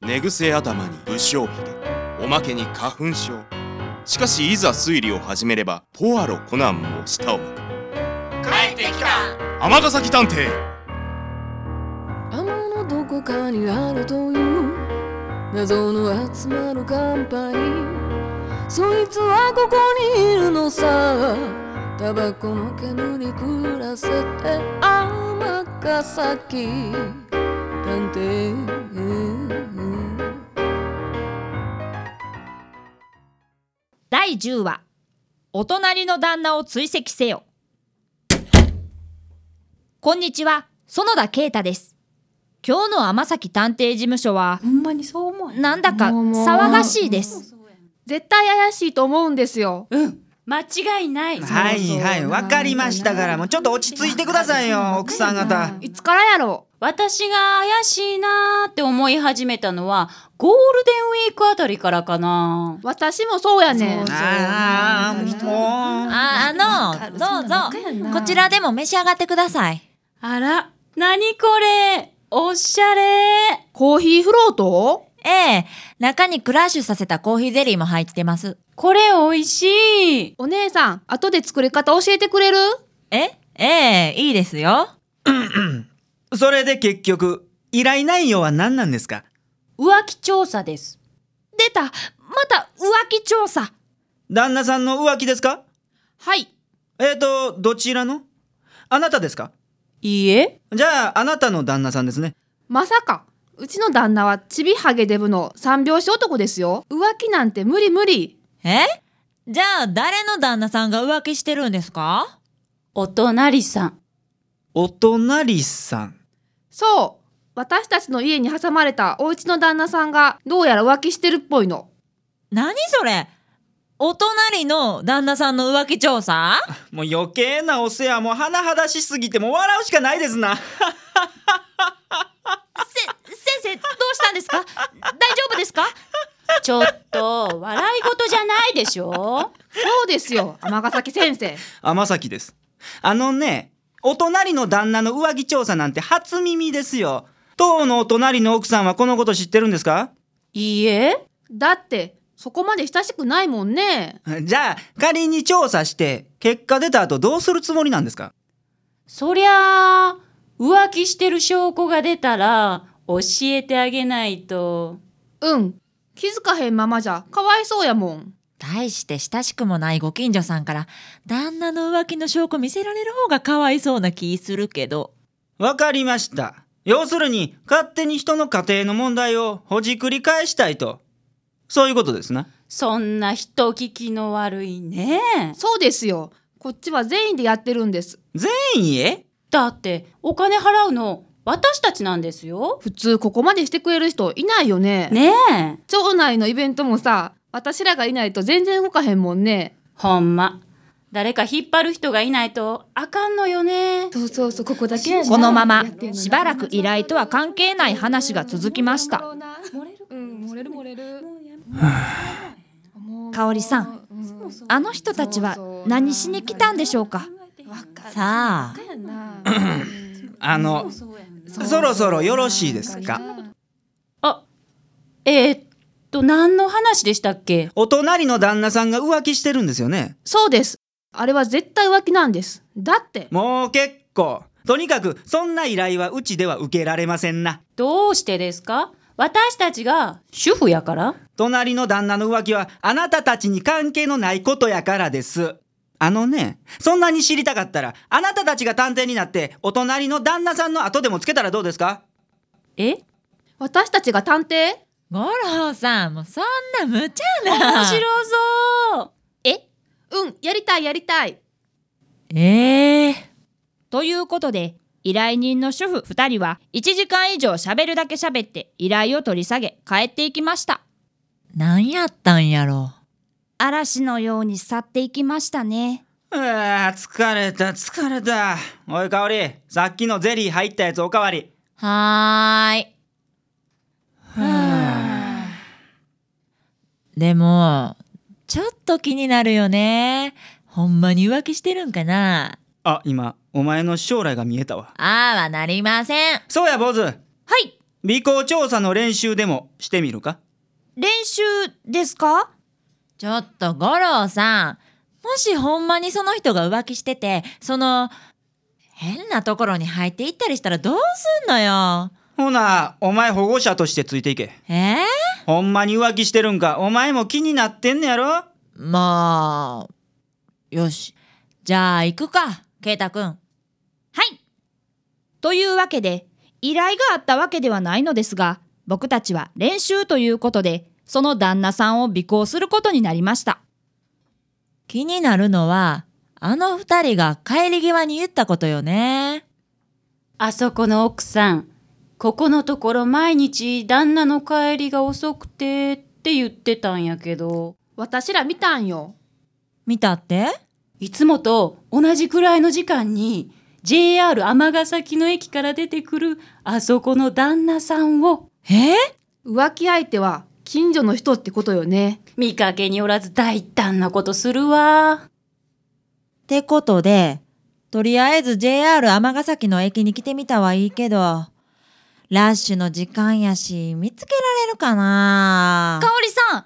寝癖頭に不祥髭おまけに花粉症しかしいざ推理を始めればポアロコナンも舌を巻く帰ってきた尼崎探偵雨のどこかにあるという謎の集まるカンパニーそいつはここにいるのさタバコの煙に暮らせて天ヶ崎探偵第10話お隣の旦那を追跡せよこんにちは園田啓太です今日の天崎探偵事務所はほんまにそう思うなんだか騒がしいです絶対怪しいと思うんですようん間違いないはいはいわかりましたからもうちょっと落ち着いてくださいよ奥さん方いつからやろ私が怪しいなーって思い始めたのはゴールデンウィークあたりからかなう私もそうやねんああもああのどうぞこちらでも召し上がってくださいあら何これおしゃれコーヒーフロートええ中にクラッシュさせたコーヒーゼリーも入ってますこれ美味しいお姉さん後で作り方教えてくれるえええいいですようそれで結局依頼内容は何なんですか浮気調査です出たまた浮気調査旦那さんの浮気ですかはいえーとどちらのあなたですかいいえじゃああなたの旦那さんですねまさかうちの旦那はちびハゲデブの三拍子男ですよ浮気なんて無理無理えじゃあ誰の旦那さんが浮気してるんですかお隣さんお隣さんそう私たちの家に挟まれたお家の旦那さんがどうやら浮気してるっぽいの何それお隣の旦那さんの浮気調査もう余計なお世話もう甚だしすぎてもう笑うしかないですなせ先生どうしたんですか大丈夫ですか ちょっと笑い事じゃないでしょそうで すよ尼崎先生天崎ですあのねお隣の旦那の浮気調査なんて初耳ですよ当のお隣の奥さんはこのこと知ってるんですかいいえだってそこまで親しくないもんねじゃあ仮に調査して結果出た後どうするつもりなんですかそりゃあ浮気してる証拠が出たら教えてあげないとうん気づかへんままじゃかわいそうやもん大して親しくもないご近所さんから旦那の浮気の証拠見せられる方がかわいそうな気するけどわかりました要するに勝手に人の家庭の問題をほじくり返したいとそういうことですなそんな人聞きの悪いねそうですよこっちは善意でやってるんです善意へだってお金払うの私たちなんですよ普通ここまでしてくれる人いないよねねえ町内のイベントもさ私らがいないと全然動かへんもんねほんま誰か引っ張る人がいないとあかんのよねそうそうそうここだけやねこのまやまってんのなしばらく依頼とは関係ない話が続きました漏れるうん漏れる漏れる香織さんあの人たちは何しに来たんでしょうかさあ あのそろそろよろしいですかえーっと何の話でしたっけお隣の旦那さんが浮気してるんですよねそうですあれは絶対浮気なんですだってもう結構とにかくそんな依頼はうちでは受けられませんなどうしてですか私たちが主婦やから隣の旦那の浮気はあなたたちに関係のないことやからですあのねそんなに知りたかったらあなたたちが探偵になってお隣の旦那さんの後でもつけたらどうですかえ私たちが探偵五郎さんもうそんな無茶面な白そうえうんやりたいやりたいええということで依頼人の主婦2人は1時間以上喋るだけ喋って依頼を取り下げ帰っていきましたなんやったんやろ嵐のように去っていきましたねうわー疲れた疲れたおい香りさっきのゼリー入ったやつおかわりはーいでもちょっと気になるよねほんまに浮気してるんかなあ今お前の将来が見えたわああはなりませんはそうや坊主い尾行調査の練習でもしてみるか練習ですかちょっと五郎さんもしほんまにその人が浮気しててその変なところに入っていったりしたらどうすんのよほなお前保護者としてついていけえー、ほんまに浮気してるんかお前も気になってんねやろまあよしじゃあ行くか圭太くんはい。というわけで、依頼があったわけではないのですが、僕たちは練習ということで、その旦那さんを尾行することになりました。気になるのはあの二人が帰り際に言ったことよねあそこの奥さんここのところ毎日旦那の帰りが遅くてって言ってたんやけど私ら見たんよ見たっていつもと同じくらいの時間に JR 尼崎の駅から出てくるあそこの旦那さんをえー、浮気相手は近所の人ってことよね見かけによらず大胆なことするわってことで、とりあえず JR 尼崎の駅に来てみたはいいけど、ラッシュの時間やし、見つけられるかな香織さん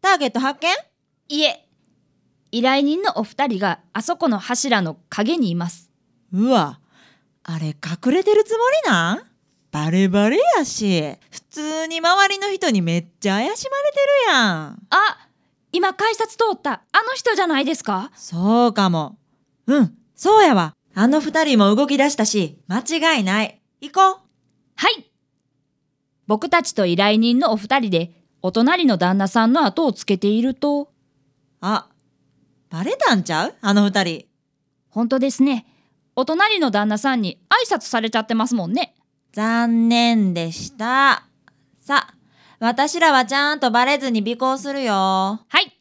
ターゲット発見いえ、依頼人のお二人があそこの柱の陰にいます。うわ、あれ隠れてるつもりなんバレバレやし、普通に周りの人にめっちゃ怪しまれてるやん。あ、今改札通ったあの人じゃないですかそうかも。うん、そうやわ。あの二人も動き出したし、間違いない。行こう。はい僕たちと依頼人のお二人でお隣の旦那さんの後をつけているとあ、バレたんちゃうあの二人。本当ですねお隣の旦那さんに挨拶されちゃってますもんね残念でした。さ、私らはちゃんとバレずに尾行するよ。はい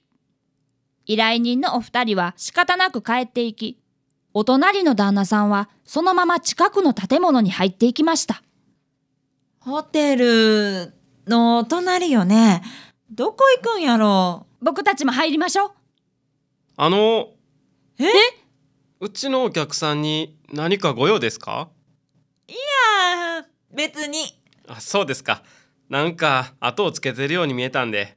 依頼人のお二人は仕方なく帰っていきお隣の旦那さんはそのまま近くの建物に入っていきましたホテルの隣よね。どこ行くんやろ僕たちも入りましょうあのえうちのお客さんに何かご用ですかああ、別に。あそうですかなんか後をつけてるように見えたんで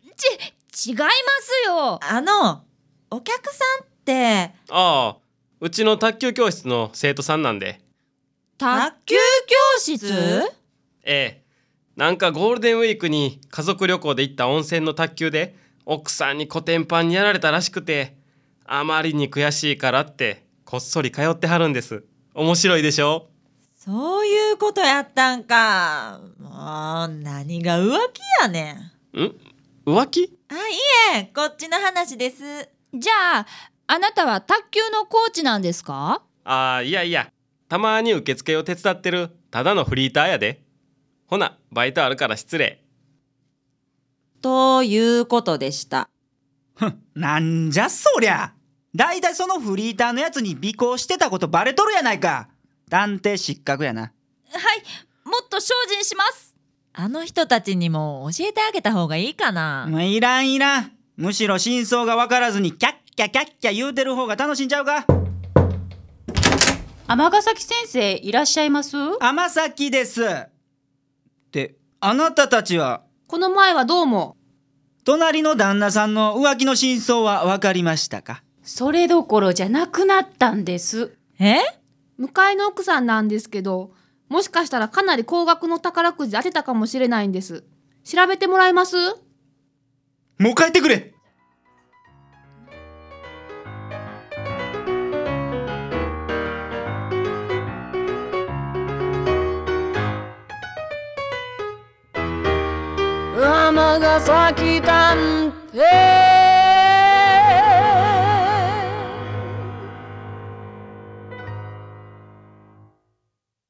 違いますよあの、お客さんって、ああうちの卓球教室の生徒さんなんで卓球教室ええなんかゴールデンウィークに家族旅行で行った温泉の卓球で奥さんにコテンパンにやられたらしくてあまりに悔しいからってこっそり通ってはるんです面白いでしょそういうことやったんか。もう、何が浮気やねん。浮気あ、いえ、こっちの話です。じゃああなたは卓球のコーチなんですかああいやいやたまに受付を手伝ってるただのフリーターやでほなバイトあるから失礼ということでした。ふんなんじゃそりゃだいたいそのフリーターのやつに尾行してたことバレとるやないか探偵失格やなはいもっと精進しますあの人たちにも教えてあげた方がいいかな。まあいらんいらんむしろ真相が分からずにキャッキャキャッキャ言うてる方が楽しんちゃうか尼崎先生いらっしゃいます天崎ですってあなたたちはこの前はどうも隣の旦那さんの浮気の真相は分かりましたかそれどころじゃなくなったんですえ向かいの奥さんなんですけどもしかしたらかなり高額の宝くじ当てたかもしれないんです調べてもらえますもう帰ってくれ尼崎探偵